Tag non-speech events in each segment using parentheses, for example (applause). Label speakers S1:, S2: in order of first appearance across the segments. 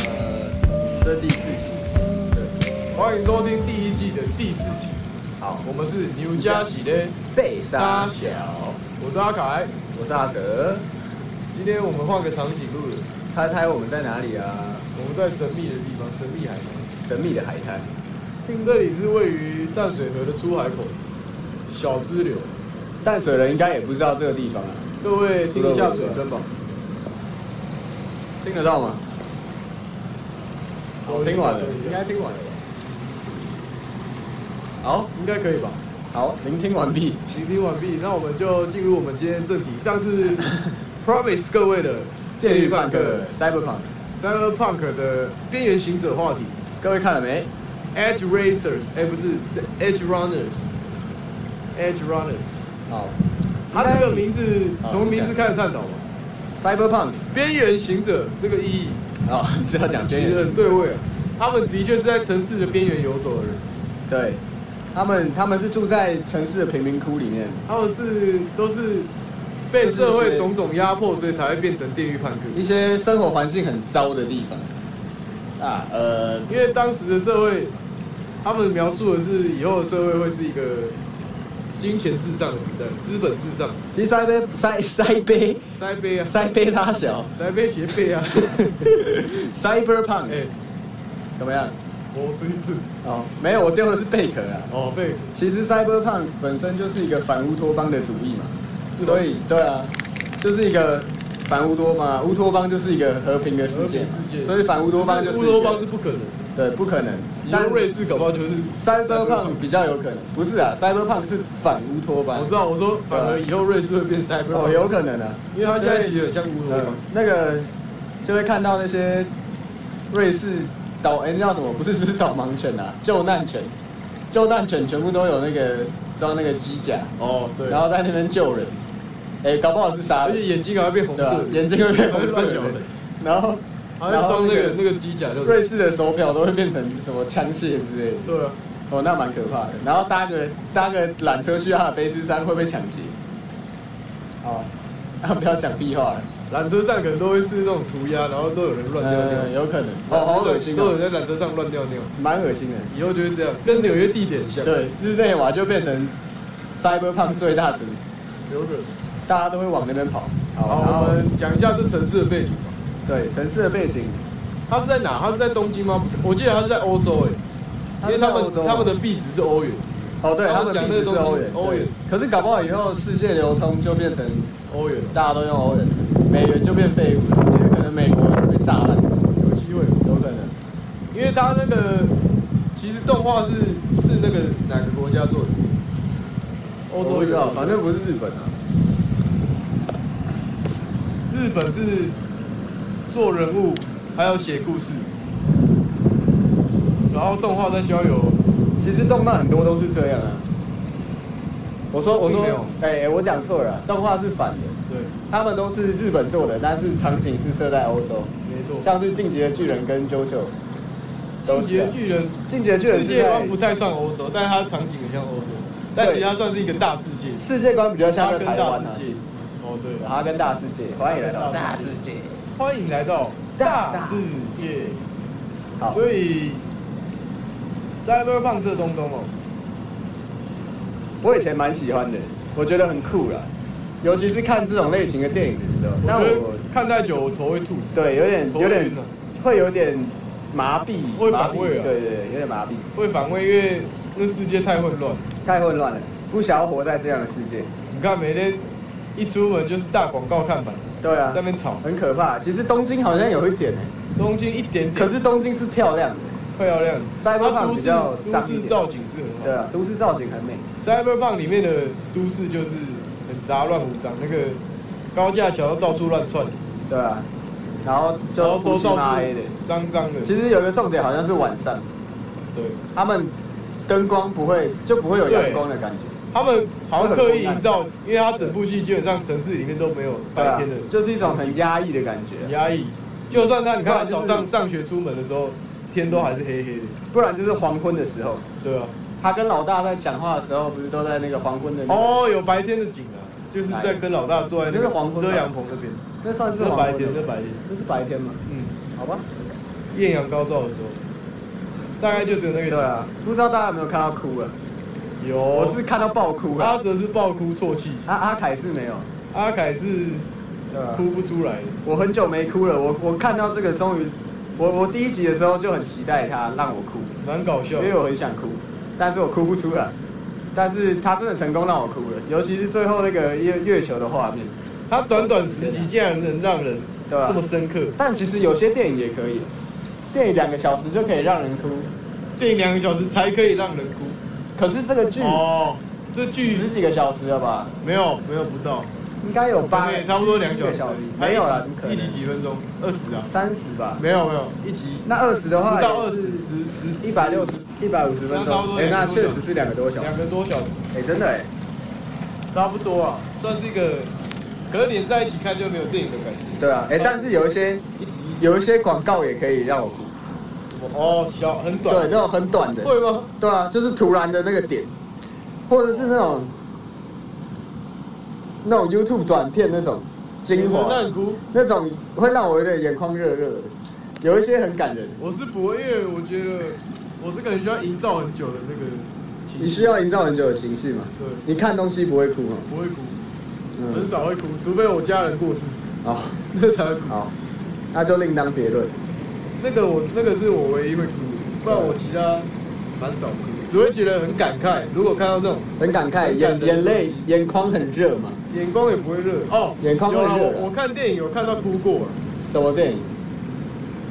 S1: 呃四集。好，我们是牛加喜的
S2: 被杀小，
S1: 我是阿凯。
S2: 我是阿哲。
S1: 今天我们换个场景录了，
S2: 猜猜我们在哪里啊？
S1: 我们在神秘的地方，神秘海滩。
S2: 神秘的海滩，
S1: 这里是位于淡水河的出海口，小支流。
S2: 淡水人应该也不知道这个地方啊，
S1: 各位听一下水声吧。
S2: 听得到吗？
S1: 哦
S2: 好，听完了，应
S1: 应
S2: 该
S1: 该
S2: 听完了吧。好，
S1: 应该可以吧？
S2: 好，聆听完毕。
S1: 聆听完毕，那我们就进入我们今天正题。
S2: (laughs)
S1: 上次 promise 各位的
S2: 电狱半个 Cyberpunk，
S1: Cyberpunk 的边缘行者话题
S2: 各位看了没？
S1: Edge Racers，哎、不是是 Edge Runners，Edge Runners，
S2: 好，
S1: 它这个名字
S2: 好
S1: 从名字开始探讨吧。
S2: Cyberpunk
S1: 边缘行者这个意义，
S2: 哦， (laughs) 是要讲
S1: 其
S2: 边缘
S1: 实
S2: 性
S1: 很对位、啊，他们的确是在城市的边缘游走的人，
S2: 对，他们他们是住在城市的贫民窟里面，
S1: 他们是都是被社会种种压迫，所以才会变成地狱叛客。
S2: 一些生活环境很糟的地方啊，呃，
S1: 因为当时的社会，他们描述的是以后的社会会是一个金钱至上的时代，资本至上，
S2: 其实塞杯塞塞杯
S1: 塞杯啊，
S2: 塞杯差小
S1: 塞杯斜背啊，
S2: ，Cyberpunk、
S1: 哎、
S2: 怎么样？
S1: 我追住
S2: 哦，没有，我丢的是贝壳啊。
S1: 哦，被
S2: 其实 Cyberpunk 本身就是一个反乌托邦的主义嘛，
S1: 是吗
S2: 所以对啊，就是一个反乌托邦啊，乌托邦就是一个和平的世界嘛
S1: 和平世界
S2: 所以反乌托邦就是
S1: 乌
S2: 一
S1: 托
S2: 个
S1: 邦是不可能，
S2: 对不可能，
S1: 你
S2: 但
S1: 用瑞士搞不好就是
S2: Cyberpunk 比较有可能，不是啊，Cyberpunk 是反乌托邦
S1: 我知，道，我说反而以后瑞士会变
S2: 哦，
S1: cyber，
S2: 有可能啊，
S1: 因为它现在其实很像乌托
S2: 嗯
S1: 邦，，
S2: 那个就会看到那些瑞士导哎、那叫什么？不是不是导盲犬啊，救难犬，救难犬全部都有那个装那个机甲，
S1: 哦对，
S2: 然后在那边救人。哎、搞不好是杀
S1: 而
S2: 人
S1: 且，眼睛还会变红
S2: 对吧、
S1: 色，
S2: 眼睛会变红
S1: 还
S2: 色
S1: 会乱咬人，
S2: 然后
S1: 还会装那个那个机甲就是，
S2: 瑞士的手表都会变成什么枪械之类的，
S1: 对啊，
S2: 哦，那蛮可怕的。然后搭个搭个缆车去阿尔卑斯山会被抢劫。哦，啊，不要讲屁话了。
S1: 缆车上可能都会是那种涂鸦，然后都有人乱尿
S2: 嗯，
S1: 尿，
S2: 有可能。哦，好恶心
S1: 哎都有
S2: 哦，
S1: 人在缆车上乱尿尿，
S2: 蛮恶心的。
S1: 啊以后就会这样，跟纽约地铁很像，，
S2: 对，日内瓦就变成 Cyberpunk 最大城，
S1: 有可能。
S2: 大家都会往那边跑。
S1: 好，
S2: 好，然后
S1: 我们讲一下这城市的背景吧。
S2: 对城市的背景，
S1: 它是在哪？它是在东京吗？不是，我记得它是在欧洲诶，因为他们他们的币值是欧元，
S2: 哦，对，
S1: 他
S2: 他
S1: 们
S2: 们
S1: 讲
S2: 币
S1: 那
S2: 值
S1: 个
S2: 是
S1: 东西
S2: 欧元，
S1: 欧元
S2: 对。可是搞不好以后世界流通就变成
S1: 欧元
S2: 大家都用欧元，美元就变废物了，因为可能美国被炸烂，
S1: 有机会。
S2: 有可能。
S1: 因为它那个其实动画是是那个哪个国家做的？欧
S2: 我
S1: 洲
S2: 不
S1: 一
S2: 知
S1: 个
S2: 道，
S1: 国家
S2: 反正不是日本啊。
S1: 日本是做人物，还有写故事，然后动画再交由
S2: 其实动漫很多都是这样啊。我说我说
S1: 并没有，
S2: 哎、我讲错了啊，动画是反的，
S1: 对，
S2: 他们都是日本做的，但是场景是设在欧洲，
S1: 没错。
S2: 像是《进击的巨人》跟《JoJo》都
S1: 进
S2: 是
S1: 击
S2: 啊。
S1: 的巨人，
S2: 《进击的巨人
S1: 世》
S2: 是
S1: 界
S2: 在
S1: 观不太算欧洲，但它场景很像欧洲，但
S2: 对
S1: 其实它算是一个大世界，
S2: 世界观比较像
S1: 它
S2: 在
S1: 跟
S2: 台
S1: 大
S2: 湾啊
S1: 世，界。哦，对了，
S2: 它跟大世界，欢迎来到
S1: 大世
S2: 界。
S1: 欢迎来到
S2: 大
S1: 大世界。
S2: 好，
S1: 所以，Cyberpunk 这东东哦，
S2: 我以前蛮喜欢的，我觉得很酷啦，尤其是看这种类型的电影的时候。
S1: 我
S2: 那
S1: 觉
S2: 我
S1: 得看太久我头会吐，
S2: 对有点
S1: 头
S2: 有
S1: 会
S2: 点
S1: 晕了，
S2: 会有点麻痹，
S1: 会
S2: 麻
S1: 反
S2: 痹，
S1: 胃
S2: 对
S1: 啊
S2: 对对，有点麻痹，
S1: 会反胃，因为那世界太混乱。
S2: 太混乱了，不想要活在这样的世界。
S1: 你看每天一出门就是大广告看板，
S2: 对
S1: 在
S2: 啊
S1: 那，边吵。
S2: 很可怕。其实东京好像有一点欸
S1: 东京一点点
S2: 可是东京是漂亮的，
S1: 漂亮，
S2: Cyberpunk
S1: 它都
S2: 比
S1: 市
S2: 较
S1: 都
S2: 脏一
S1: 市
S2: 点
S1: 造景是很好
S2: 对
S1: 的。
S2: 啊，都市造景很美。
S1: Cyberpunk 里面的都市就是很杂乱无章，那个高架桥到处乱窜，
S2: 对啊，然后
S1: 然
S2: 就
S1: 后
S2: 乌
S1: 都
S2: 漆
S1: 到
S2: 嘛
S1: 处
S2: 黑的。
S1: 脏脏的。
S2: 其实有一个重点好像是晚上，
S1: 对，
S2: 他们灯光不会就不会有阳光的感觉，
S1: 他们好像刻意营造，因为他整部戏基本上城市里面都没有
S2: 对
S1: 白
S2: 啊
S1: 天的，，
S2: 就是一种很压抑的感
S1: 很
S2: 觉。
S1: 压抑。就算他，你看他
S2: 对啊就
S1: 早
S2: 是
S1: 上上学出门的时候，天都还是黑黑的，
S2: 不然就是黄昏的时候，
S1: 对啊。
S2: 他跟老大在讲话的时候，不是都在那个黄昏的那个
S1: 哦，有白天的景啊，就是在跟老大坐在那
S2: 那
S1: 个
S2: 是黄昏吧
S1: 遮阳棚那边，
S2: 那算是
S1: 那
S2: 黄
S1: 白
S2: 昏
S1: 天，
S2: 吗
S1: 那白天，
S2: 那是白天吗？
S1: 嗯，
S2: 好吧，
S1: 艳阳高照的时候，大概就只有那
S2: 对
S1: 个景
S2: 啊，不知道大家有没有看到哭了？
S1: 有，
S2: 我是看到爆哭了。
S1: 阿
S2: 啊
S1: 哲是爆哭啜泣，
S2: 阿阿凯是没有，
S1: 阿凯是
S2: 对吧？
S1: 哭不出来的。
S2: 我很久没哭了，我我看到这个终于，我我第一集的时候就很期待他让我哭，
S1: 蛮搞笑
S2: 因
S1: 的，
S2: 为我很想哭，但是我哭不出来。但是他真的成功让我哭了，尤其是最后那个月月球的画面，
S1: 他短短十集竟然能让人
S2: 对吧、
S1: 这么深刻，
S2: 但其实有些电影也可以，电影两个小时就可以让人哭，
S1: 电影两个小时才可以让人哭。
S2: 可是这个剧
S1: 哦，这剧
S2: 十几个小时了吧？
S1: 没有没有不到，
S2: 应该有八
S1: 可能也，差不多两
S2: 七
S1: 小
S2: 个
S1: 时
S2: 小时，，
S1: 还
S2: 没有啦，怎么可
S1: 一集一集
S2: 能？
S1: 几分钟？二十啊？
S2: 三十吧，
S1: 没有没有，一集
S2: 那二十的
S1: 不
S2: 话
S1: 到二十，十十
S2: 一百六十，一百五十分
S1: 那差
S2: 钟，
S1: 不多
S2: 哎、那
S1: 两个多
S2: 确
S1: 小时
S2: 实是两个多小
S1: 两
S2: 时，
S1: 个多小时，
S2: 哎、真的哎、
S1: 差不多啊，算是一个，可是连在一起看就没有电影的感觉。
S2: 对啊，哎、但是有一些
S1: 一集一集
S2: 有一些广告也可以让我哭，
S1: 哦，小很
S2: 对，
S1: 短，
S2: 那种很短的，
S1: 会吗？
S2: 对啊，就是突然的那个点，或者是那种那种 YouTube 短片那种精华，
S1: 那很哭。
S2: 那种会让我有点眼眶热热的，有一些很感人，
S1: 我是不会，因为我觉得我这个人需要营造很久的那个情绪，
S2: 你需要营造很久的情绪嘛？
S1: 对，
S2: 你看东西不会哭吗？
S1: 不会哭，很
S2: 嗯，
S1: 少会哭，除非我家人过世，
S2: 好，
S1: 那才会哭。
S2: 好，那就另当别论。
S1: 那个我那个是我唯一会哭的，不然我其他蛮少哭，只会觉得很感慨。如果看到这种，
S2: 很感慨，
S1: 很感
S2: 眼
S1: 人
S2: 眼泪眼眶很热嘛。
S1: 眼光也不会热哦，
S2: 眼眶会热
S1: 有啊我我看电影有看到哭过，啊
S2: 什么电影？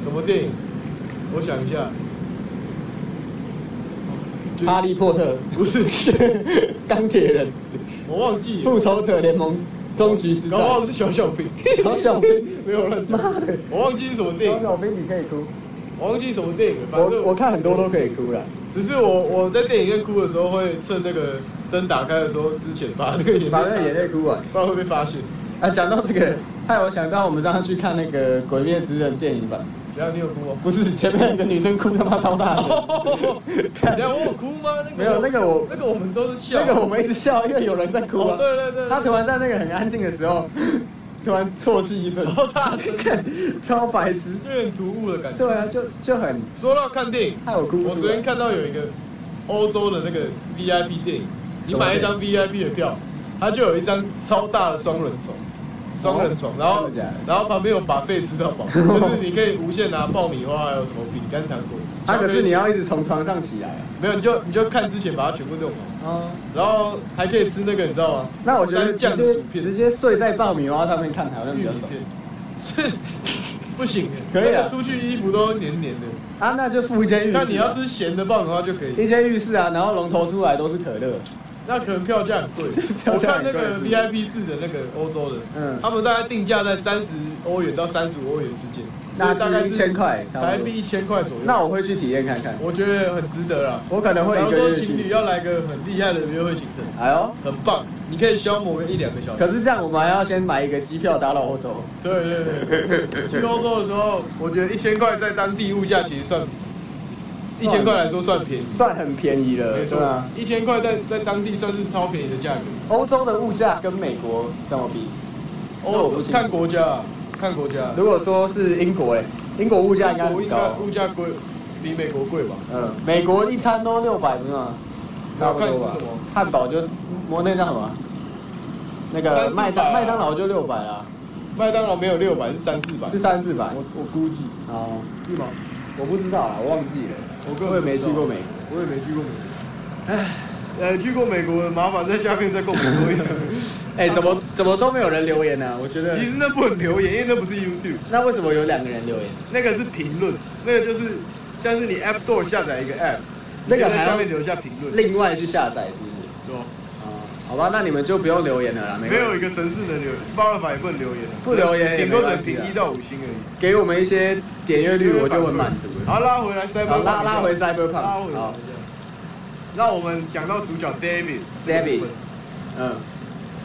S1: 什么电影？我想一下，就
S2: 哈利波特不是 (laughs) 钢铁人，
S1: 我忘记了，
S2: 复仇者联盟终极之
S1: 搞不
S2: 战
S1: 好，是小小兵， (laughs)
S2: 小小兵，
S1: 没有乱讲，
S2: 妈的，
S1: 我忘记是什么电
S2: 小
S1: 影，
S2: 小兵你可以哭，
S1: 我忘记什么电影了，反正
S2: 我我看很多都可以哭了，
S1: 只是我我在电影院哭的时候，会趁那个灯打开的时候之前把那个眼泪
S2: 把那
S1: 擦
S2: 个眼泪，哭完。
S1: 不然会被发现。
S2: 啊，讲到这个，害我想到我们上次去看那个《鬼灭之刃》电影版，
S1: 然后你有哭吗？
S2: 不是前面有个女生哭他妈超大
S1: (laughs)
S2: 声，
S1: 等一下我有哭吗？那个
S2: 没有那个我
S1: 那个我们都是笑，
S2: 那个我们一直笑，因为有人在哭
S1: 哦
S2: 啊。
S1: 对对对，
S2: 他突然在那个很安静的时候，突然啜泣一声， (laughs)
S1: 超大声，
S2: 看超白痴。
S1: 有点突兀的感觉。
S2: 对啊，就就很
S1: 说到看电影，
S2: 害我哭
S1: 我
S2: 出
S1: 昨天
S2: 来。
S1: 看到有一个欧洲的那个 VIP 电影，你买一张 VIP 的票，它就有一张超大的双人床，双人床，然
S2: 哦
S1: 后
S2: 真的假的
S1: 然后旁边有把费吃到
S2: (laughs)
S1: 饱，就是你可以无限拿爆米花，还有什么饼干、糖果。
S2: 他啊可是你
S1: 要。
S2: 要一直从床上起来啊。
S1: 没有，你就你就看之前把它全部弄好，
S2: 哦，
S1: 然后还可以吃那个，你知道吗？
S2: 那我觉得
S1: 蘸酱
S2: 直
S1: 薯
S2: 接
S1: 片、
S2: 直接睡在爆米花上面看好像比
S1: 玉
S2: 较
S1: 米
S2: 爽
S1: 片，是不行的，
S2: 可以啊
S1: 那个出去衣服都黏黏的。
S2: 啊。那就付一间浴
S1: 那你
S2: 室
S1: 要
S2: 啊，
S1: 吃咸的棒的话就可以，
S2: 一间浴室啊，然后龙头出来都是可乐。。
S1: 那可能票价很贵
S2: 票
S1: 我
S2: 价
S1: 看
S2: 很贵
S1: 那个
S2: 是不是
S1: VIP 四的那个欧洲的，
S2: 嗯，
S1: 他们大概定价在三十欧元到三十五欧元之间，
S2: 那
S1: 所以大概
S2: 是一千块差
S1: 台
S2: 不
S1: 币
S2: 多。
S1: 一千块左右。
S2: 那我会去体验看看，
S1: 我觉得很值得啦。
S2: 我可能
S1: 比
S2: 会
S1: 方
S2: 一个
S1: 说
S2: 月
S1: 情侣
S2: 去。
S1: 要来个很厉害的约会行程，
S2: 哎呦，
S1: 很棒，你可以消磨个一两个小时。
S2: 可是这样我们还要先买一个机票打老后手。
S1: 对对对，去欧洲的时候，我觉得一千块在当地物价其实算，一千块来说算便宜，
S2: 算很便宜了，
S1: 没
S2: 对
S1: 错
S2: 啊。，
S1: 一千块在在当地算是超便宜的价格。
S2: 欧洲的物价跟美国怎么比？那哦我不
S1: 欧
S2: 清楚
S1: 洲看国家啊，看国家啊，
S2: 如果说是英国嘞，英国物价应该
S1: 国
S2: 很
S1: 应
S2: 高
S1: 该。物价贵，比美国贵吧？
S2: 嗯，美国一餐都六百，不是吗？差不
S1: 看
S2: 多
S1: 你吃
S2: 吧
S1: 什么。
S2: 汉堡就摩那叫什么？那
S1: 三
S2: 个
S1: 四百啊
S2: 麦当麦当劳就六百啊，
S1: 麦当劳没有六百，是三四百，
S2: 是三四百。
S1: 我我估计
S2: 哦，
S1: 是吗？
S2: 我不知道啊，我忘记了，
S1: 我根
S2: 我也
S1: 本
S2: 没去过
S1: 美，
S2: 美国。
S1: 我也没去过美国。唉，呃，去过美国的，麻烦在下面再跟我们说一
S2: (laughs)
S1: 声。
S2: 哎，怎么怎么都没有人留言呢、啊我觉得
S1: 其实那不能留言，因为那不是 YouTube。
S2: 那为什么有两个人留言？
S1: 那个是评论，那个就是像是你 App Store 下载一个 App，
S2: 那个
S1: 你就在
S2: 还要
S1: 下面留下评论，
S2: 另外去下载是不是？
S1: 对吧？
S2: 哦，好吧，那你们就不用留言了啦，没
S1: 没
S2: 关系
S1: 有一个城市能留言，Spotify 也不能留言啊，
S2: 不留言也
S1: 顶
S2: 没
S1: 多只
S2: 关
S1: 能
S2: 系啊
S1: 评一到五星而已。
S2: 给我们一些点阅率，我就很满足了。
S1: 好，拉回来
S2: 好，
S1: Cyber，
S2: 拉拉回 Cyberpunk，
S1: 拉回来
S2: 好，。
S1: 那我们讲到主角 David 这个
S2: David
S1: 部分
S2: 嗯，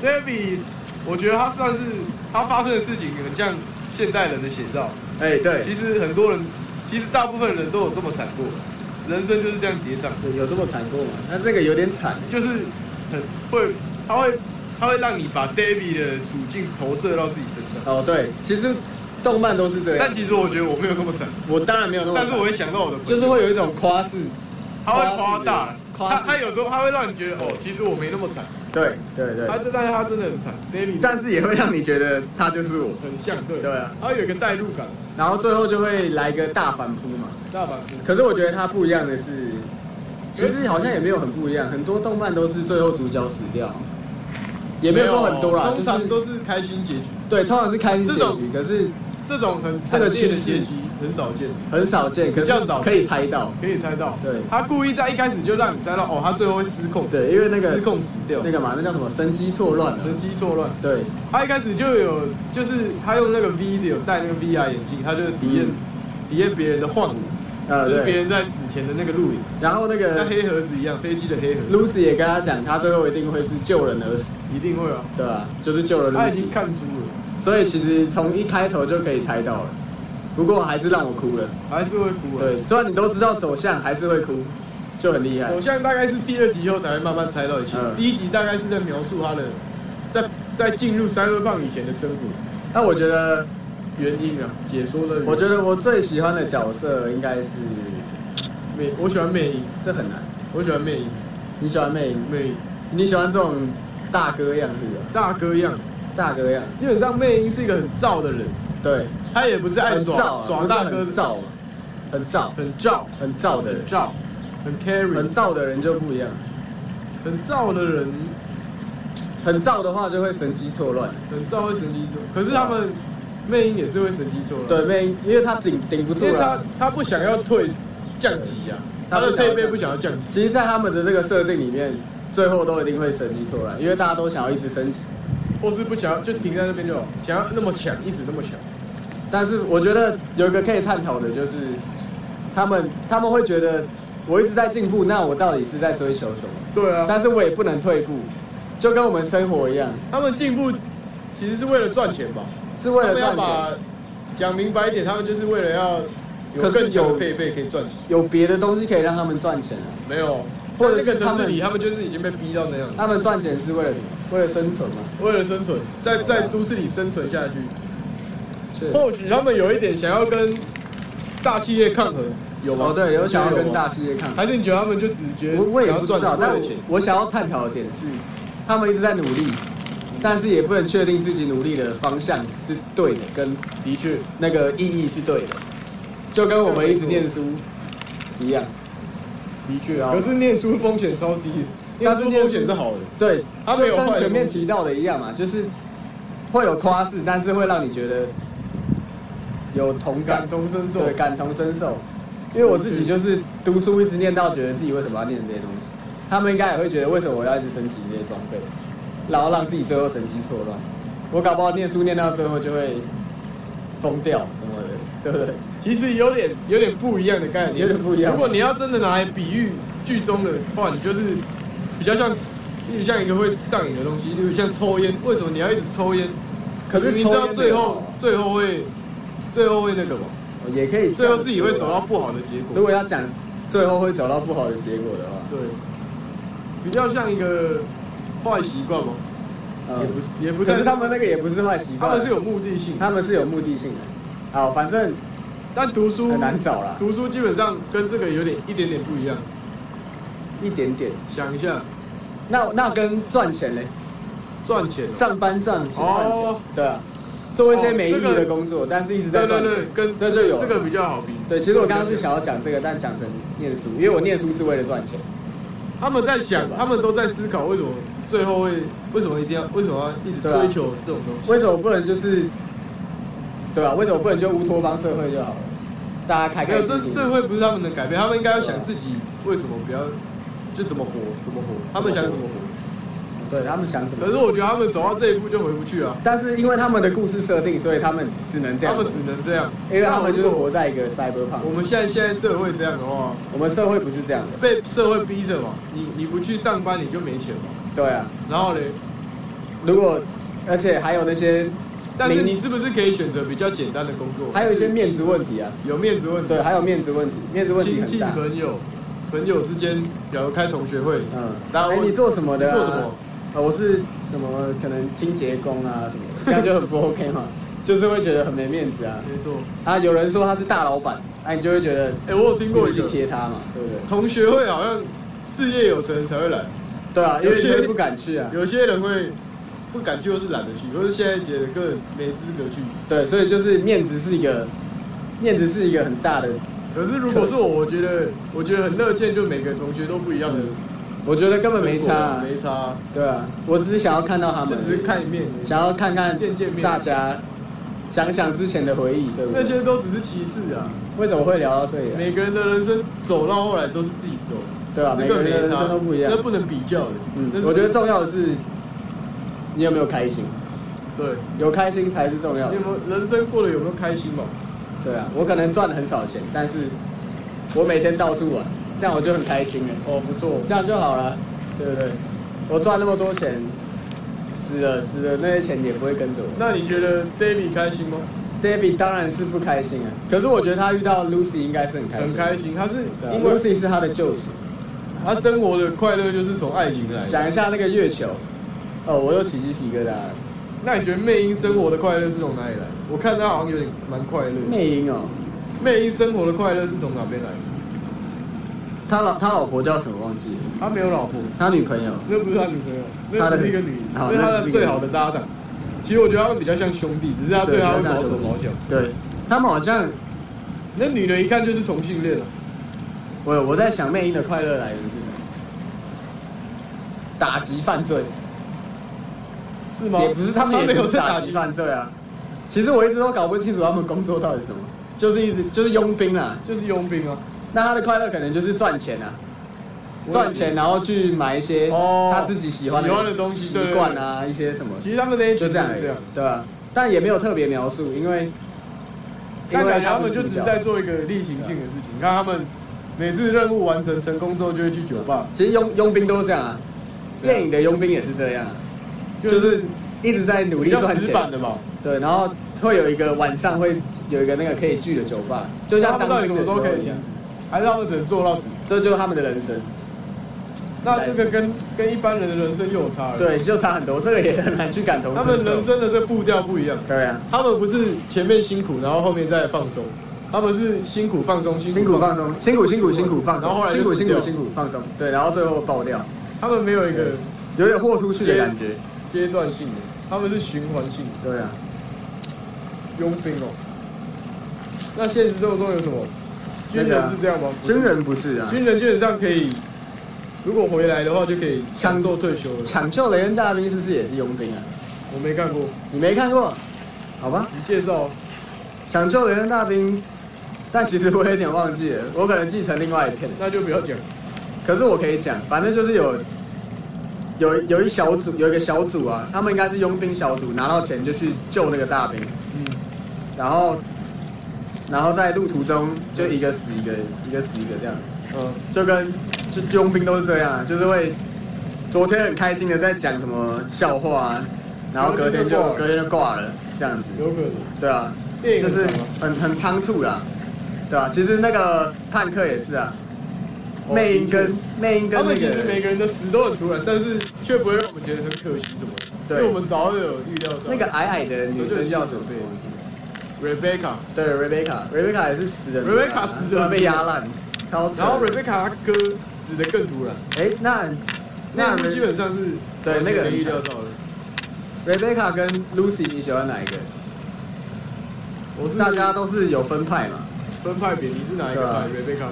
S1: David，我觉得他算是呃他发生的事情很像现代人的写照。
S2: 哎，对，
S1: 其实很多人，其实大部分人都有这么惨过，人生就是这样跌宕。
S2: 有有这么惨过吗？他这个有点惨，
S1: 就是很会，他会他会让你把 David 的处境投射到自己身上。
S2: 哦，对，其实动漫都是这样
S1: 但。其实我觉得我没有那么惨，
S2: 我当然没有那么
S1: 但
S2: 惨，
S1: 是我会想到我的朋友，
S2: 就是会有一种夸饰，
S1: 他会夸大，
S2: 夸饰
S1: 他他有时候他会让你觉得哦，其实我没那么惨，
S3: 对对
S1: 他
S3: 对，
S1: 就但是他真的很惨，Daily
S3: 但是也会让你觉得他就是我，
S1: 很像对，
S3: 对啊，
S1: 他有一个代入感，
S3: 然后最后就会来个大反扑嘛。
S1: 大阪
S2: 可是我觉得它不一样的是，其实好像也没有很不一样，很多动漫都是最后主角死掉，也没有说很多啦，
S1: 哦通常
S2: 就是
S1: 都是开心结局，
S2: 对，通常是开心结
S1: 这种
S2: 局，可是
S1: 这种很
S2: 这个
S1: 惨烈的
S2: 趋势
S1: 结局很少见，
S2: 很少见，可
S1: 比较
S2: 是
S1: 少见
S2: 可以猜到，
S1: 可以猜到，
S2: 对
S1: 他故意在一开始就让你猜到哦，他最后会失控，
S2: 对，因为那
S1: 失
S2: 个
S1: 控死掉
S2: 那，个嘛，那叫什么神机错乱啊，
S1: 神机错乱。
S2: 对，
S1: 他一开始就有，就是他用那个 video 戴那个 VR 眼镜，他就体验、
S2: 嗯
S1: 体验别人的幻舞，
S2: 呃
S1: 就是别
S2: 对，嗯
S1: 人在死前的那个录影，
S2: 然后那
S1: 像
S2: 个
S1: 黑盒子一样，飞机的黑盒子，
S2: Lucy 也跟他讲，他最后一定会是救人而死，
S1: 一定会啊，
S2: 对吧？就是救了
S1: 他已经
S2: Lucy，
S1: 看出了，
S2: 所以其实从一开头就可以猜到了，不过还是让我哭了。
S1: 还是会哭啊。
S2: 对，虽然你都知道走向，还是会哭，就很厉害。
S1: 走向大概是第二集以后才会慢慢猜到一些，
S2: 嗯
S1: 第一集大概是在描述他的，在在进入三位胖以前的生活
S2: 那我觉得，
S1: 原因啊，解说的原因，
S2: 我觉得我最喜欢的角色应该是，
S1: 美，我喜欢魅影，
S2: 这很难。
S1: 我喜欢魅影，
S2: 你喜欢魅影？
S1: 魅影
S2: 你喜欢这种大哥样子的？
S1: 大哥样，
S2: 大哥样，
S1: 基本上魅影是一个很燥的人，
S2: 对，
S1: 他也不是爱
S2: 很
S1: 耍、
S2: 燥啊，
S1: 耍
S2: 不是
S1: 大哥
S2: 很，燥啊，很燥，
S1: 很燥。
S2: 很燥的人
S1: 很，燥，很 carry，
S2: 很
S1: 很
S2: 燥的人就不一样。
S1: 很燥的人，
S2: 很燥的话就会神机错乱。
S1: 很燥会神经错。可是他们魅影也是会神经错
S2: 对，，
S1: 的，
S2: 魅影，因为他顶顶不
S1: 因
S2: 住
S1: 为他
S2: 了。
S1: 他不想要退降级啊，他
S2: 他不
S1: 的
S2: 想要
S1: 配备不想要降级，
S2: 其实，在他们的这个设定里面，最后都一定会神机错乱，因为大家都想要一直升级。
S1: 或是不想要就停在那边就好，想要那么强，一直那么强。
S2: 但是我觉得有一个可以探讨的就是，他们他们会觉得我一直在进步，那我到底是在追求什么？
S1: 对啊，
S2: 但是我也不能退步，就跟我们生活一样，
S1: 他们进步其实是为了赚钱吧，
S2: 是为了赚
S1: 他们要
S2: 钱。
S1: 把。讲明白一点，他们就是为了要有
S2: 可是
S1: 更强的
S2: 有
S1: 配备可以赚钱。
S2: 有别的东西可以让他们赚钱啊？
S1: 没有，
S2: 或者
S1: 在
S2: 是
S1: 这个城
S2: 他
S1: 市
S2: 们
S1: 里，他们就是已经被逼到那样了。
S2: 他们赚钱是为了什么？为了生存嘛。
S1: 为了生存，在在都市里生存下去，
S2: 是。
S1: 或许他们有一点想要跟大企业抗衡，有吗？
S2: 哦，对，有想要
S1: 有
S2: 跟
S1: 吗
S2: 大企业抗衡。
S1: 还是你觉得他们就只觉得
S2: 我我也
S1: 想
S2: 不
S1: 要
S2: 知
S1: 赚
S2: 道，
S1: 为
S2: 但
S1: 了
S2: 我
S1: 钱？
S2: 我想要探讨的点是，他们一直在努力，但是也不能确定自己努力的方向是对的，跟
S1: 的确，
S2: 那个意义是对的，就跟我们一直念书一样。
S1: 的确
S2: 啊
S1: 可是念书风险超低，念
S2: 但是
S1: 书
S2: 念
S1: 风
S2: 书
S1: 险是好的，
S2: 对，
S1: 它没有
S2: 就
S1: 坏
S2: 跟
S1: 的
S2: 前面
S1: 东西
S2: 提到的一样嘛，就是会有夸饰，但是会让你觉得有同感
S1: 感，同身受。
S2: 对，感同身受。因为我自己就是读书一直念到觉得自己为什么要念这些东西，他们应该也会觉得为什么我要一直升级这些装备，然后让自己最后神机错乱。我搞不好念书念到最后就会疯掉什么的，对不对？
S1: 其实有点有点不一样的概念，
S2: 有点不一样
S1: 如果你要真的拿来比喻剧中的话，你就是比较像，比如像一个会上瘾的东西，例如像抽烟，为什么你要一直抽烟？
S2: 可是
S1: 你知
S2: 抽烟
S1: 道
S2: 没有
S1: 最后
S2: 啊
S1: 最后会最后会那个吗？
S2: 哦也可以这样
S1: 最后自己会走到
S2: 说啊。
S1: 不好的结果。
S2: 如果要讲最后会走到不好的结果的话，
S1: 对，比较像一个坏习惯嘛，
S2: 呃
S1: 也不是，也不
S2: 可
S1: 太
S2: 是他们那个也不是坏习
S1: 他
S2: 惯，
S1: 们是有目的性，
S2: 他们是有目的性的。好，反正
S1: 但读书
S2: 很难找啦，
S1: 读书基本上跟这个有点一点点不一样。
S2: 一点点。
S1: 想一下，
S2: 那那跟赚钱嘞，
S1: 赚钱哦，
S2: 上班赚钱赚
S1: 哦
S2: 钱，对啊，做一些
S1: 哦
S2: 没意义
S1: 这
S2: 的
S1: 个
S2: 工作，但是一直在
S1: 对
S2: 赚
S1: 对
S2: 钱
S1: 对，，跟
S2: 这就有
S1: 这个比较好比。
S2: 对。其实我刚刚是想要讲这个，但讲成念书，因为我念书是为了赚钱。
S1: 他们在想
S2: 对，吧
S1: 他们都在思考为什么最后会为什么一定要为什么要一直
S2: 对啊
S1: 追求这种东西。
S2: 为什么不能就是，对啊？为什么不能就乌托邦社会就好了？大家开
S1: 没
S2: 开
S1: 有，这
S2: 心心。
S1: 社会不是他们能改变，他们应该要想自己为什么不要，就怎么活，怎么活，他们想怎么活。
S2: 对他们想怎么
S1: 可？是我觉得他们走到这一步就回不去啊了，
S2: 但是因为他们的故事设定，所以他们只能这
S1: 他
S2: 样。
S1: 们只能这样，
S2: 因为他们就是活
S1: 我。
S2: 在一个 cyberpunk，
S1: 我们现在现在社会这样的话，
S2: 我们社会不是这样的。
S1: 被社会逼着嘛，你你不去上班你就没钱嘛，
S2: 对啊，
S1: 然后嘞，
S2: 如果而且还有那些，
S1: 但是
S2: 明
S1: 你是不是可以选择比较简单的工作？
S2: 还有一些面子问题啊。
S1: 有面子问题，
S2: 对，还有面子问题，面子问题
S1: 亲
S2: 很
S1: 戚
S2: 大。
S1: 朋友，朋友之间，假如开同学会，
S2: 嗯，
S1: 然后
S2: 哎，你做什么的、
S1: 你
S2: 啊？
S1: 做什么？
S2: (laughs) 呃？我是什么？可能清洁工啊什么的，这样就很不 OK 嘛。就是会觉得很没面子啊。
S1: 没错。
S2: 啊，有人说他是大老板，啊，你就会觉得
S1: 哎、我有听
S2: 你
S1: 过
S2: 会
S1: 一
S2: 去
S1: 个
S2: 贴他嘛，对不对？
S1: 同学会，好像事业有成人才会来，
S2: 对啊，因为
S1: 有些
S2: 你会不敢去啊。
S1: 有些人会不敢去，或是懒得去，或是现在觉得根本没资格去。
S2: 对，所以就是面子是一个，面子是一个很大的，
S1: 可是如果是我，我觉得我觉得很乐见，就每个同学都不一样的，
S2: 我觉得根本没差、啊。
S1: 没差啊，
S2: 对啊，我只是想要看到他
S1: 就
S2: 们，
S1: 只是看一面而已。
S2: 想要看看
S1: 见见面
S2: 大家，想想之前的回忆，对不
S1: 那
S2: 对？
S1: 些都只是其次啊，
S2: 为什么会聊到这里、啊？
S1: 每个人的人生走到后来都是自己走，
S2: 对啊，每个
S1: 那个
S2: 人的
S1: 没
S2: 人
S1: 差
S2: 生都不一样
S1: 那。不能比较的。
S2: 嗯
S1: 那，是
S2: 我觉得重要的是，你有没有开心？
S1: 对，
S2: 有开心才是重要
S1: 你
S2: 的
S1: 有。没有人生过得有没有开心嘛？
S2: 对啊，我可能赚了很少钱，但是我每天到处玩，这样我就很开心了，
S1: 哦，不错，
S2: 这样就好了。
S1: 对不对？
S2: 我赚那么多钱，死了死了，那些钱也不会跟着我。
S1: 那你觉得 David 开心吗？
S2: David 当然是不开心啊，可是我觉得他遇到 Lucy 应该是很开心。
S1: 很开心，他是
S2: 对啊
S1: 因为
S2: ，Lucy 是他的救赎。
S1: 他生活的快乐就是从爱情来的。
S2: 想一下那个月球，哦，我又起鸡皮疙瘩了。
S1: 那你觉得魅英生活的快乐是从哪里来的？我看他好像有点蛮快乐。
S2: 魅影哦，
S1: 魅英生活的快乐是从哪边来的？
S3: 他老他老婆叫什么忘记了？
S1: 他没有老婆，
S3: 他女朋友
S1: 那不是他女朋友，
S3: 他
S1: 那
S3: 的
S1: 只是一个女，
S3: 好
S1: 那是他
S3: 那只
S1: 的
S3: 是一个
S1: 最好的搭档。其实我觉得他们比较像兄弟，只是他对他会
S3: 比较像
S1: 毛手
S3: 兄弟
S1: 毛脚。
S3: 对，他们好像
S1: 那女的一看就是同性恋了，啊
S2: 我我在想魅影的快乐来源是什么？打击犯罪，
S1: 是吗？
S2: 也不是他们也
S1: 没有
S2: 不是
S1: 在
S2: 打
S1: 打
S2: 击
S1: 击
S2: 犯罪啊。其实我一直都搞不清楚他们工作到底是什么，就是一直就是佣兵啦。
S1: 就是佣兵啊。
S2: 那他的快乐可能就是赚钱啊，
S1: 我也觉得
S2: 赚钱然后去买一些
S1: 哦
S2: 他自己喜欢的
S1: 喜欢的东西对
S2: 习惯啊，一些什么，
S1: 其实他们那一
S2: 就
S1: 群
S2: 这样
S1: 就
S2: 而
S1: 是
S2: 已
S1: 这样，，
S2: 对啊？但也没有特别描述，因为
S1: 但感觉他
S2: 不
S1: 们
S2: 是
S1: 就
S2: 主
S1: 只是
S2: 角
S1: 在做一个例行性的事情。你看他们每次任务完成成功之后，就会去酒吧，
S2: 其实佣佣兵都是这样啊，
S1: 对啊
S2: 电影的佣兵也是这样啊，就是一直在努力
S1: 比较
S2: 赚
S1: 死板
S2: 钱，
S1: 的吧。
S2: 对，然后会有一个晚上会有一个那个可以聚的酒吧，就像
S1: 啊他们到
S2: 当
S1: 底什
S2: 兵的
S1: 么
S2: 时候
S1: 时候可以
S2: 一
S1: 停
S2: 样
S1: 止，？还是他们只能做到死？
S2: 这就是他们的人生，
S1: 那这个跟跟一般人的人生又有差了。，
S2: 对，就差很多，这个也很难去感同
S1: 他们
S2: 身
S1: 人
S2: 受。
S1: 生的这步调不一样，
S2: 对啊，
S1: 他们不是前面辛苦，然后后面再放松，他们是辛苦放松，
S3: 辛
S1: 辛
S3: 苦
S1: 苦
S3: 放
S1: 放，
S3: 松，辛苦辛苦辛苦放
S1: 然后后
S3: 松，
S1: 来就
S3: 辛苦
S1: 死
S3: 辛
S1: 掉
S3: 苦辛苦放松，
S2: 对，然后最后爆掉，
S1: 他们没有一个
S3: 有点豁出去的感觉。
S1: 阶段性的，他们是循环性的
S3: 对啊，
S1: 佣兵哦。那现实生活中有什么？军
S3: 那个
S1: 人
S3: 啊
S1: 是这样吗？不是
S3: 军人不是啊，
S1: 军人基本上可以，如果回来的话就可以享
S2: 抢
S1: 受退休了。
S2: 抢救雷恩大兵是不是也是佣兵啊？
S1: 我没看过，
S2: 你没看过？
S3: 好吧，
S1: 你介绍
S3: 抢救雷恩大兵，
S2: 但其实我有点忘记了，我可能继承另外一片了。
S1: 那就不要讲。
S2: 可是我可以讲，反正就是有有有一小组，有一个小组啊，他们应该是佣兵小组，拿到钱就去救那个大兵，
S1: 嗯，
S2: 然后然后在路途中就一个死一个，一个死一个这样，
S1: 嗯，
S2: 就跟就佣兵都是这样啊，就是会
S3: 昨天很开心的在讲什么笑话啊，然后隔天就隔天就挂了，这样子。
S1: 有可能。
S3: 对啊，
S1: 电影
S3: 就
S1: 很
S3: 是
S1: 长啊
S3: 很很仓促啦，对啊，其实那个汉克也是啊，
S1: 哦
S3: 魅音
S1: 的
S3: 跟魅音
S1: 他
S3: 跟
S1: 们
S3: 那
S1: 其实每
S3: 个
S1: 个人的死都很突然，但是却不会让我们觉得很可惜什么的，因
S3: 对
S1: 为我们早就有预料到。
S3: 那个矮矮的
S1: 哦
S3: 女生叫什么？
S1: Rebecca，
S3: 对，Rebecca，Rebecca 也是死人啊
S1: Rebecca 死得很
S3: 被压烂，超
S1: (laughs) 然后
S3: 惨。
S1: Rebecca 她哥死的更突然，
S3: 哎，那那
S1: 那一幕基本上是
S3: 对那个
S1: 完全
S3: 很
S1: 没预料到的。
S2: Rebecca 跟 Lucy，你喜欢哪一个？
S1: 我是
S3: 大家都啊是有分派嘛，
S1: 分派别，你是哪一个派？Rebecca 派，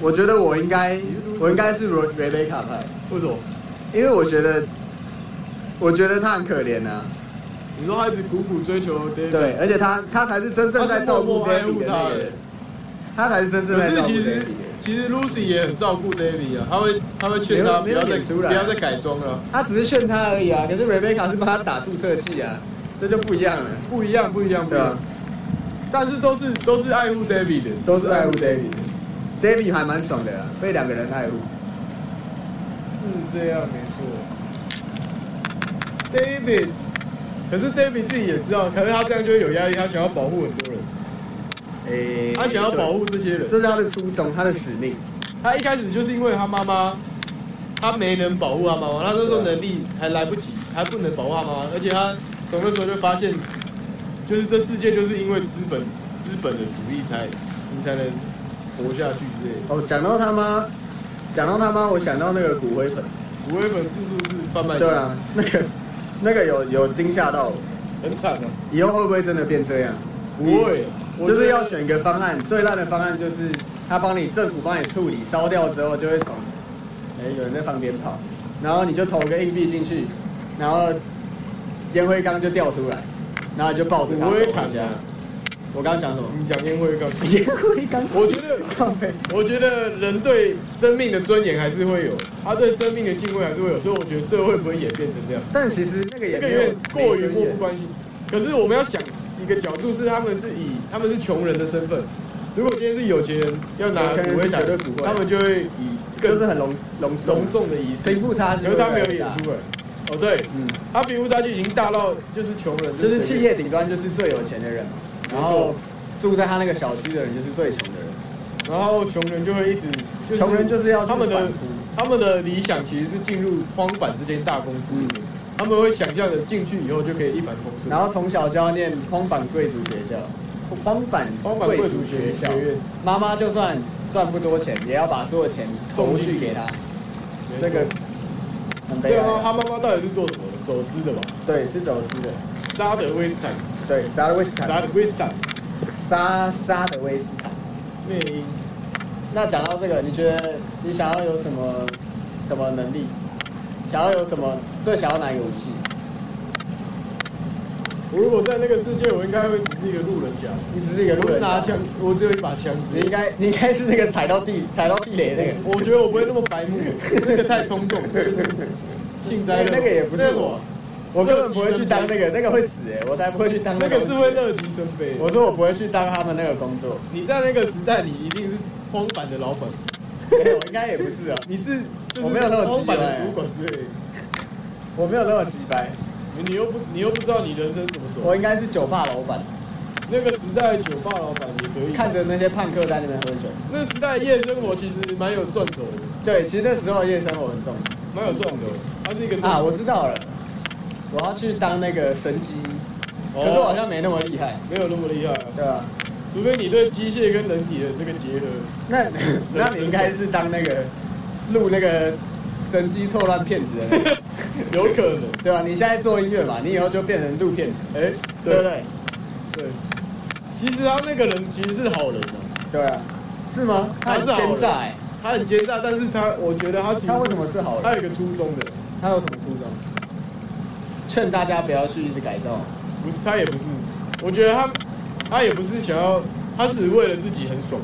S3: 我觉得我应该我应该是 Re-
S2: Rebecca 派，
S1: 为什么？
S3: 因为我觉得我觉得他很可怜啊，
S1: 你说他一直苦苦追求 David，
S3: 对，而且他他才是真正在照顾
S1: 他是
S3: David
S1: 默默
S3: 的
S1: 爱护他
S3: 那
S1: 的
S3: 个人，他才是真正
S1: 可
S3: 在
S1: 是
S3: 照顾 David
S1: 其
S3: 的
S1: 实
S3: 人。
S1: 其实 Lucy 也很照顾 David 啊，他会他会劝他不
S3: 没有
S1: 要
S3: 没有
S1: 再
S3: 演出
S1: 不
S3: 来啊
S1: 要再改装了，
S2: 他只是劝他而已啊，可是 Rebecca 是帮他打注射器啊，
S3: 这就不一样了，
S1: 不一样不一样不一
S3: 对
S1: 样
S3: 啊。，
S1: 但是都是都是爱护 David 的，
S3: 都是爱护 David 的。David 还蛮爽的啦，被两个人爱护。
S1: 是这样没错。David，可是 David 自己也知道，可是他这样就会有压力，他想要保护很多人，
S3: 诶、
S1: 他想要保护这些人
S3: 对，。这是他的初衷，他的使命。
S1: 他一开始就是因为他妈妈，他没能保护他妈妈，他那时候能力还来不及，还不能保护他妈妈，而且他从那时候就发现，就是这世界就是因为资本资本的主义才你才能活下去之类的。
S2: 哦，讲到他妈，讲到他妈，我想到那个骨灰盆。
S1: 骨灰粉自助是贩卖机
S2: 对，啊，那个那个有有惊吓到我，
S1: 很惨啊，
S2: 以后会不会真的变这样？
S1: 不会，我
S2: 就是
S1: 觉得
S2: 要选一个方案，最烂的方案就是他帮你政府帮你处理烧掉之后，就会从，哎、有人在放鞭炮，然后你就投个硬币进去，然后烟灰缸就掉出来，然后你就抱着它
S1: 骨灰
S2: 走回
S1: 坛
S2: 家
S1: 啊。
S2: 我刚刚讲什么？
S1: 你讲烟灰缸，
S2: 烟灰缸，
S1: 我觉得
S2: 靠背。
S1: 我觉得人对生命的尊严还是会有，他对生命的敬畏还是会有，所以我觉得社会不会演变成这样，
S2: 但其实那个也
S1: 这个
S2: 没
S1: 有
S2: 有
S1: 点过于
S2: 没
S1: 漠
S2: 尊严
S1: 不关心。可是我们要想一个角度是，他们是以他们是穷人的身份，如果今天是有钱人要拿
S2: 有钱人
S1: 骨灰
S2: 是
S1: 坛
S2: 绝对不，会啊
S1: 他们就会以更
S2: 就是很隆隆重
S1: 隆，重的仪式
S2: 贫，富差距
S1: 可是他没有
S2: 会
S1: 演
S2: 越来越大
S1: 出来。哦，对，
S2: 嗯，
S1: 他贫富差距已经大到就是穷人
S2: 就是
S1: 随
S2: 企
S1: 便
S2: 业顶端就是最有钱的人嘛，
S1: 没错
S2: 然后住在他那个小区的人就是最穷的人，
S1: 然后穷人就会一直，就是
S2: 穷人就是要去
S1: 他们的
S2: 反扑
S1: 他们的理想其实是进入荒坂这间大公司里面，
S2: 嗯
S1: 他们会想象着进去以后就可以一帆风顺。
S2: 然后从小就要念荒坂贵族学校，荒坂
S1: 荒坂贵族学
S2: 校
S1: 学院，
S2: 妈妈就算赚不多钱，也要把所有钱投去给他，
S1: 没错
S2: 这个很
S1: 对
S2: 悲哀
S1: 啊，
S2: 啊。
S1: 他妈妈到底是做什么的？走私的吧？
S2: 对，是走私的，
S1: 沙德威斯坦，
S2: 对，沙德威斯
S1: 沙
S2: 坦，
S1: 德威斯坦，
S2: 沙沙德威斯坦。
S1: 内因。
S2: 那讲到这个，你觉得你想要有什么什么能力？想要有什么？最想要哪一个武器？
S1: 我如果在那个世界，我应该会只是一个路人甲。
S2: 你只是一个
S1: 我
S2: 路
S1: 会
S2: 人啊
S1: 拿枪，我只有一把枪子。
S2: 你应该你应该是那个踩到地踩到地雷那个。
S1: 我觉得我不会那么白目，那个太
S2: (laughs)
S1: 冲动，就是幸灾乐祸。
S2: 那个也不是
S1: 那个什
S2: 我
S1: 么，
S2: 我根本不会去当那个，那个会死哎、我才不会去当
S1: 那
S2: 个
S1: 个是会乐极生悲。
S2: 我说我不会去当他们那个工作，
S1: 你在那个时代，你一定是荒坂的老板，
S2: 没有我应该也不是啊，
S1: 你是就是
S2: 我没有那么
S1: 荒坂
S2: 急
S1: 的
S2: 欸
S1: 主管之类的，
S2: 我没有那么鸡掰，
S1: 你又不你又不知道你人生怎么走
S2: 我。应该是酒吧老板，
S1: 那个时代酒吧老板也可以，
S2: 看着那些胖客在那边喝酒。
S1: 那时代夜生活其实蛮有赚头的，
S2: 对，其实那时候夜生活很重
S1: 蛮有赚头的。他是一个
S2: 啊，我知道了，我要去当那个神机，
S1: 哦
S2: 可是我好像没那么厉害，
S1: 没有那么厉害啊，
S2: 对吧、
S1: 除非你对机械跟人体的这个结合。
S2: (laughs) 那那你应该是当那个录那个神机错乱骗子的那个，
S1: 有可能，
S2: 对吧、啊你现在做音乐嘛，你以后就变成录骗子，
S1: 哎、
S2: 对不
S1: 对
S2: 对？
S1: 对，其实他那个人其实是好人啊，
S2: 对啊，是吗？他很
S1: 他是好
S2: 奸
S1: 人
S2: 诈、欸，
S1: 他很奸诈，但是他我觉得他其实
S2: 他为什么是好人？
S1: 他有一个初衷的，
S2: 他有什么初衷？劝大家不要去一直改造。
S1: 不是他也不是，我觉得他他也不是想要，他只是为了自己很爽，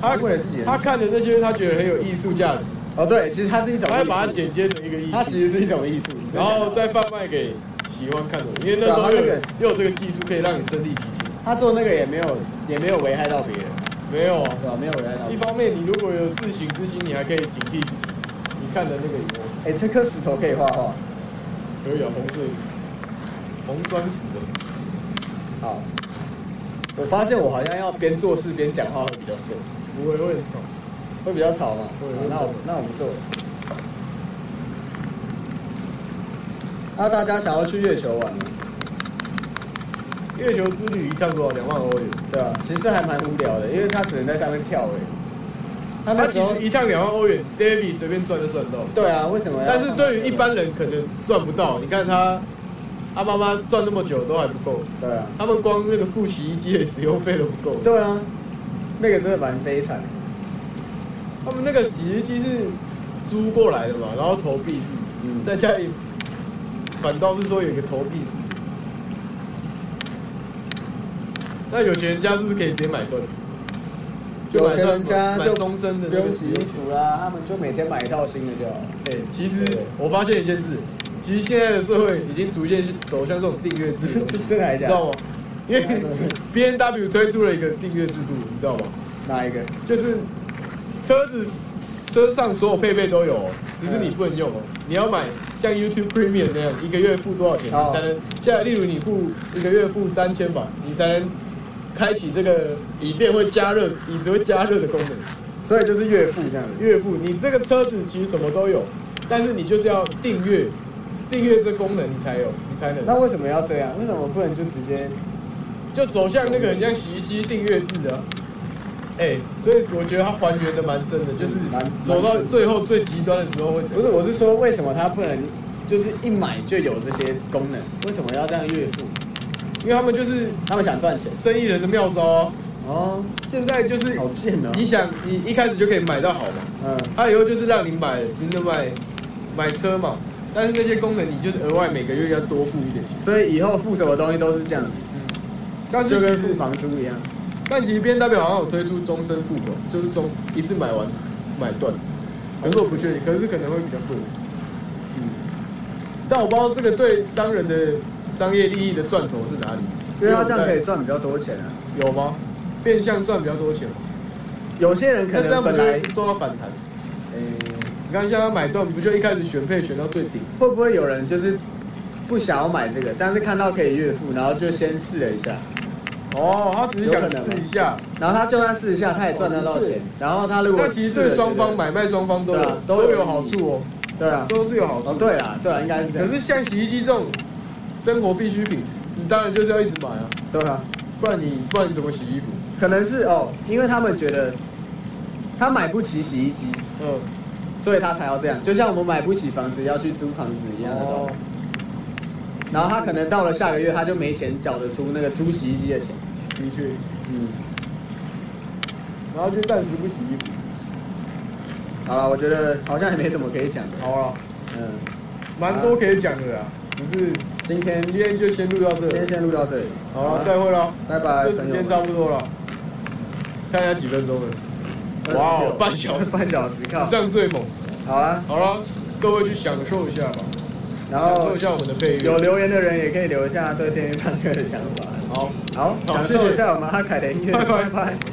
S1: 他
S2: 是为了自己很爽
S1: 他看的那些他觉得很有艺术价值，
S2: 哦，对，其实它是一种
S1: 他会
S2: 艺
S1: 把它
S2: 术，
S1: 剪接成一个艺
S2: 它
S1: 术，
S2: 其实是一种艺术。你真的
S1: 然后
S2: 假的
S1: 再贩卖给喜欢看的人，因为那时候
S2: 对啊他那
S1: 又有
S2: 个
S1: 又有这个技术可以让你身临其境，
S2: 他做那个也没有也没有危害到别人，
S1: 没有啊
S2: 对。吧、没有危害到
S1: 一
S2: 别人。
S1: 方面，你如果有自省之心，你还可以警惕自己。你看的那个以后，
S2: 哎、这颗石头可以画画，
S1: 可以啊，红色红砖石的，
S2: 好。我发现我好像要边做事边讲话会比较顺，
S1: 不会会很吵。
S2: 会比较吵嘛。
S1: 会
S2: 好
S1: 会
S2: 那我
S1: 会
S2: 那我不做了。那、啊大家想要去月球玩吗？
S1: 月球之旅一趟多少？两万欧元。
S2: 对啊，其实还蛮无聊的，因为他只能在上面跳而已。他
S1: 他
S2: 那时
S1: 其
S2: 候
S1: 实一趟两万欧元，David 随便赚就赚到了。
S2: 对啊，为什么要？
S1: 但是对于一般人可能赚不到。你看他，他妈妈赚那么久都还不够，
S2: 对啊，
S1: 他们光那个付洗衣机的使用费都不够。
S2: 对啊，那个真的蛮悲惨的。
S1: 他们那个洗衣机是租过来的嘛，然后投币式，
S2: 嗯
S1: 在家里反倒是说有一个投币式。那有钱人家是不是可以直接买断？
S2: 有钱人家
S1: 买
S2: 就
S1: 终身的
S2: 不
S1: 那个
S2: 用洗
S1: 使用
S2: 衣服啦，他们就每天买一套新的就好了。
S1: 哎、其实
S2: 对
S1: 我发现一件事，其实现在的社会已经逐渐走向这种订阅制的东
S2: 这 (laughs)
S1: 西，
S2: 真的还
S1: 你
S2: 假
S1: 知
S2: 的？
S1: 道吗？因为 (laughs) B N W 推出了一个订阅制度，你知道吗？
S2: 哪一个？
S1: 就是车子车上所有配备都有哦，只是你不能用哦。你要买像 YouTube Premium 那样，一个月付多少钱
S2: 哦
S1: 你才能？现在例如你付一个月付三千吧，你才能开启这个椅垫会加热、椅子会加热的功能。
S2: 所以就是岳父这样子。
S1: 岳父，你这个车子其实什么都有，但是你就是要订阅，订阅这功能你才有，你才能。
S2: 那为什么要这样？为什么不能就直接
S1: 就走向那个很像洗衣机订阅制的、啊。哎、所以我觉得它还原的蛮真的，就是
S2: 蛮
S1: 走到最后最极端的时候会怎
S2: 不
S1: 样？
S2: 是，我是说为什么它不能就是一买就有这些功能？为什么要这样月付？
S1: 因为他们就是
S2: 他们想赚钱
S1: 生意人的妙招啊。
S2: 哦，
S1: 现在就是
S2: 好贱哦。
S1: 你想，你一开始就可以买到好嘛，
S2: 嗯，
S1: 它以后就是让你买，真的买买车嘛。但是那些功能，你就是额外每个月要多付一点钱。
S2: 所以以后付什么东西都是这样，
S1: 但
S2: 就是跟
S1: 其
S2: 付
S1: 实，
S2: 房租一样。
S1: 但其实 B N W 好像有推出终身付款，就是终一次买完买断。可是我不确定，可是可能会比较贵。
S2: 嗯，
S1: 但我不知道这个对商人的商业利益的赚头是哪里，
S2: 因啊
S1: 啊
S2: 为他这样可以赚比较多钱啊。
S1: 有吗？变相赚比较多钱吗？
S2: 有些人可
S1: 那这
S2: 能
S1: 样不
S2: 本来
S1: 就，受到反弹？
S2: 呃，
S1: 你看现在买断，不就一开始选配选到最顶？
S2: 会不会有人就是不想要买这个，但是看到可以月付，然后就先试了一下，
S1: 哦，他只是想试一下。
S2: 然后他就算试一下，他也赚得到钱，然后他如果
S1: 哦那其实
S2: 试了
S1: 对双
S2: 觉
S1: 方
S2: 得
S1: 买卖双方都
S2: 啊对
S1: 有
S2: 啊都
S1: 都
S2: 有
S1: 有好处哦，
S2: 对啊，
S1: 都是有好
S2: 哦
S1: 处。
S2: 对啦对啦，应该是这
S1: 可
S2: 样，
S1: 是像洗衣机这种生活必需品，你当然就是要一直买啊，
S2: 对啊，
S1: 不然你不然你怎么洗衣服？
S2: 可能是哦，因为他们觉得他买不起洗衣机，
S1: 嗯，
S2: 所以他才要这样，就像我们买不起房子要去租房子一样的道
S1: 哦
S2: 理。然后他可能到了下个月他就没钱缴得出那个租洗衣机的钱，
S1: 的确，
S2: 嗯。
S1: 然后就暂时不洗衣服。
S2: 好了，我觉得好像也没什么可以讲的。
S1: 好了，
S2: 嗯，
S1: 蛮多可以讲的啦，只是
S2: 今天
S1: 今天就先录到这
S2: 今天
S1: 里，
S2: 先录到这里，
S1: 好了，再会了，
S2: 拜拜，
S1: 这时间差不多了，看一下几分钟了，哇哦半小时
S2: 半小时，靠
S1: 史，上最猛。
S2: 好啊，
S1: 好了，各位去享受一下吧，
S2: 然
S1: 享
S2: 后
S1: 受一下我们的配
S2: 有
S1: 乐。
S2: 留言的人也可以留下对电音唱歌的想法。
S1: 好。
S2: 好，
S1: 好
S2: 享
S1: 谢
S2: 受
S1: 谢
S2: 一下我们阿凯的音乐，
S1: 拜拜
S2: 拜拜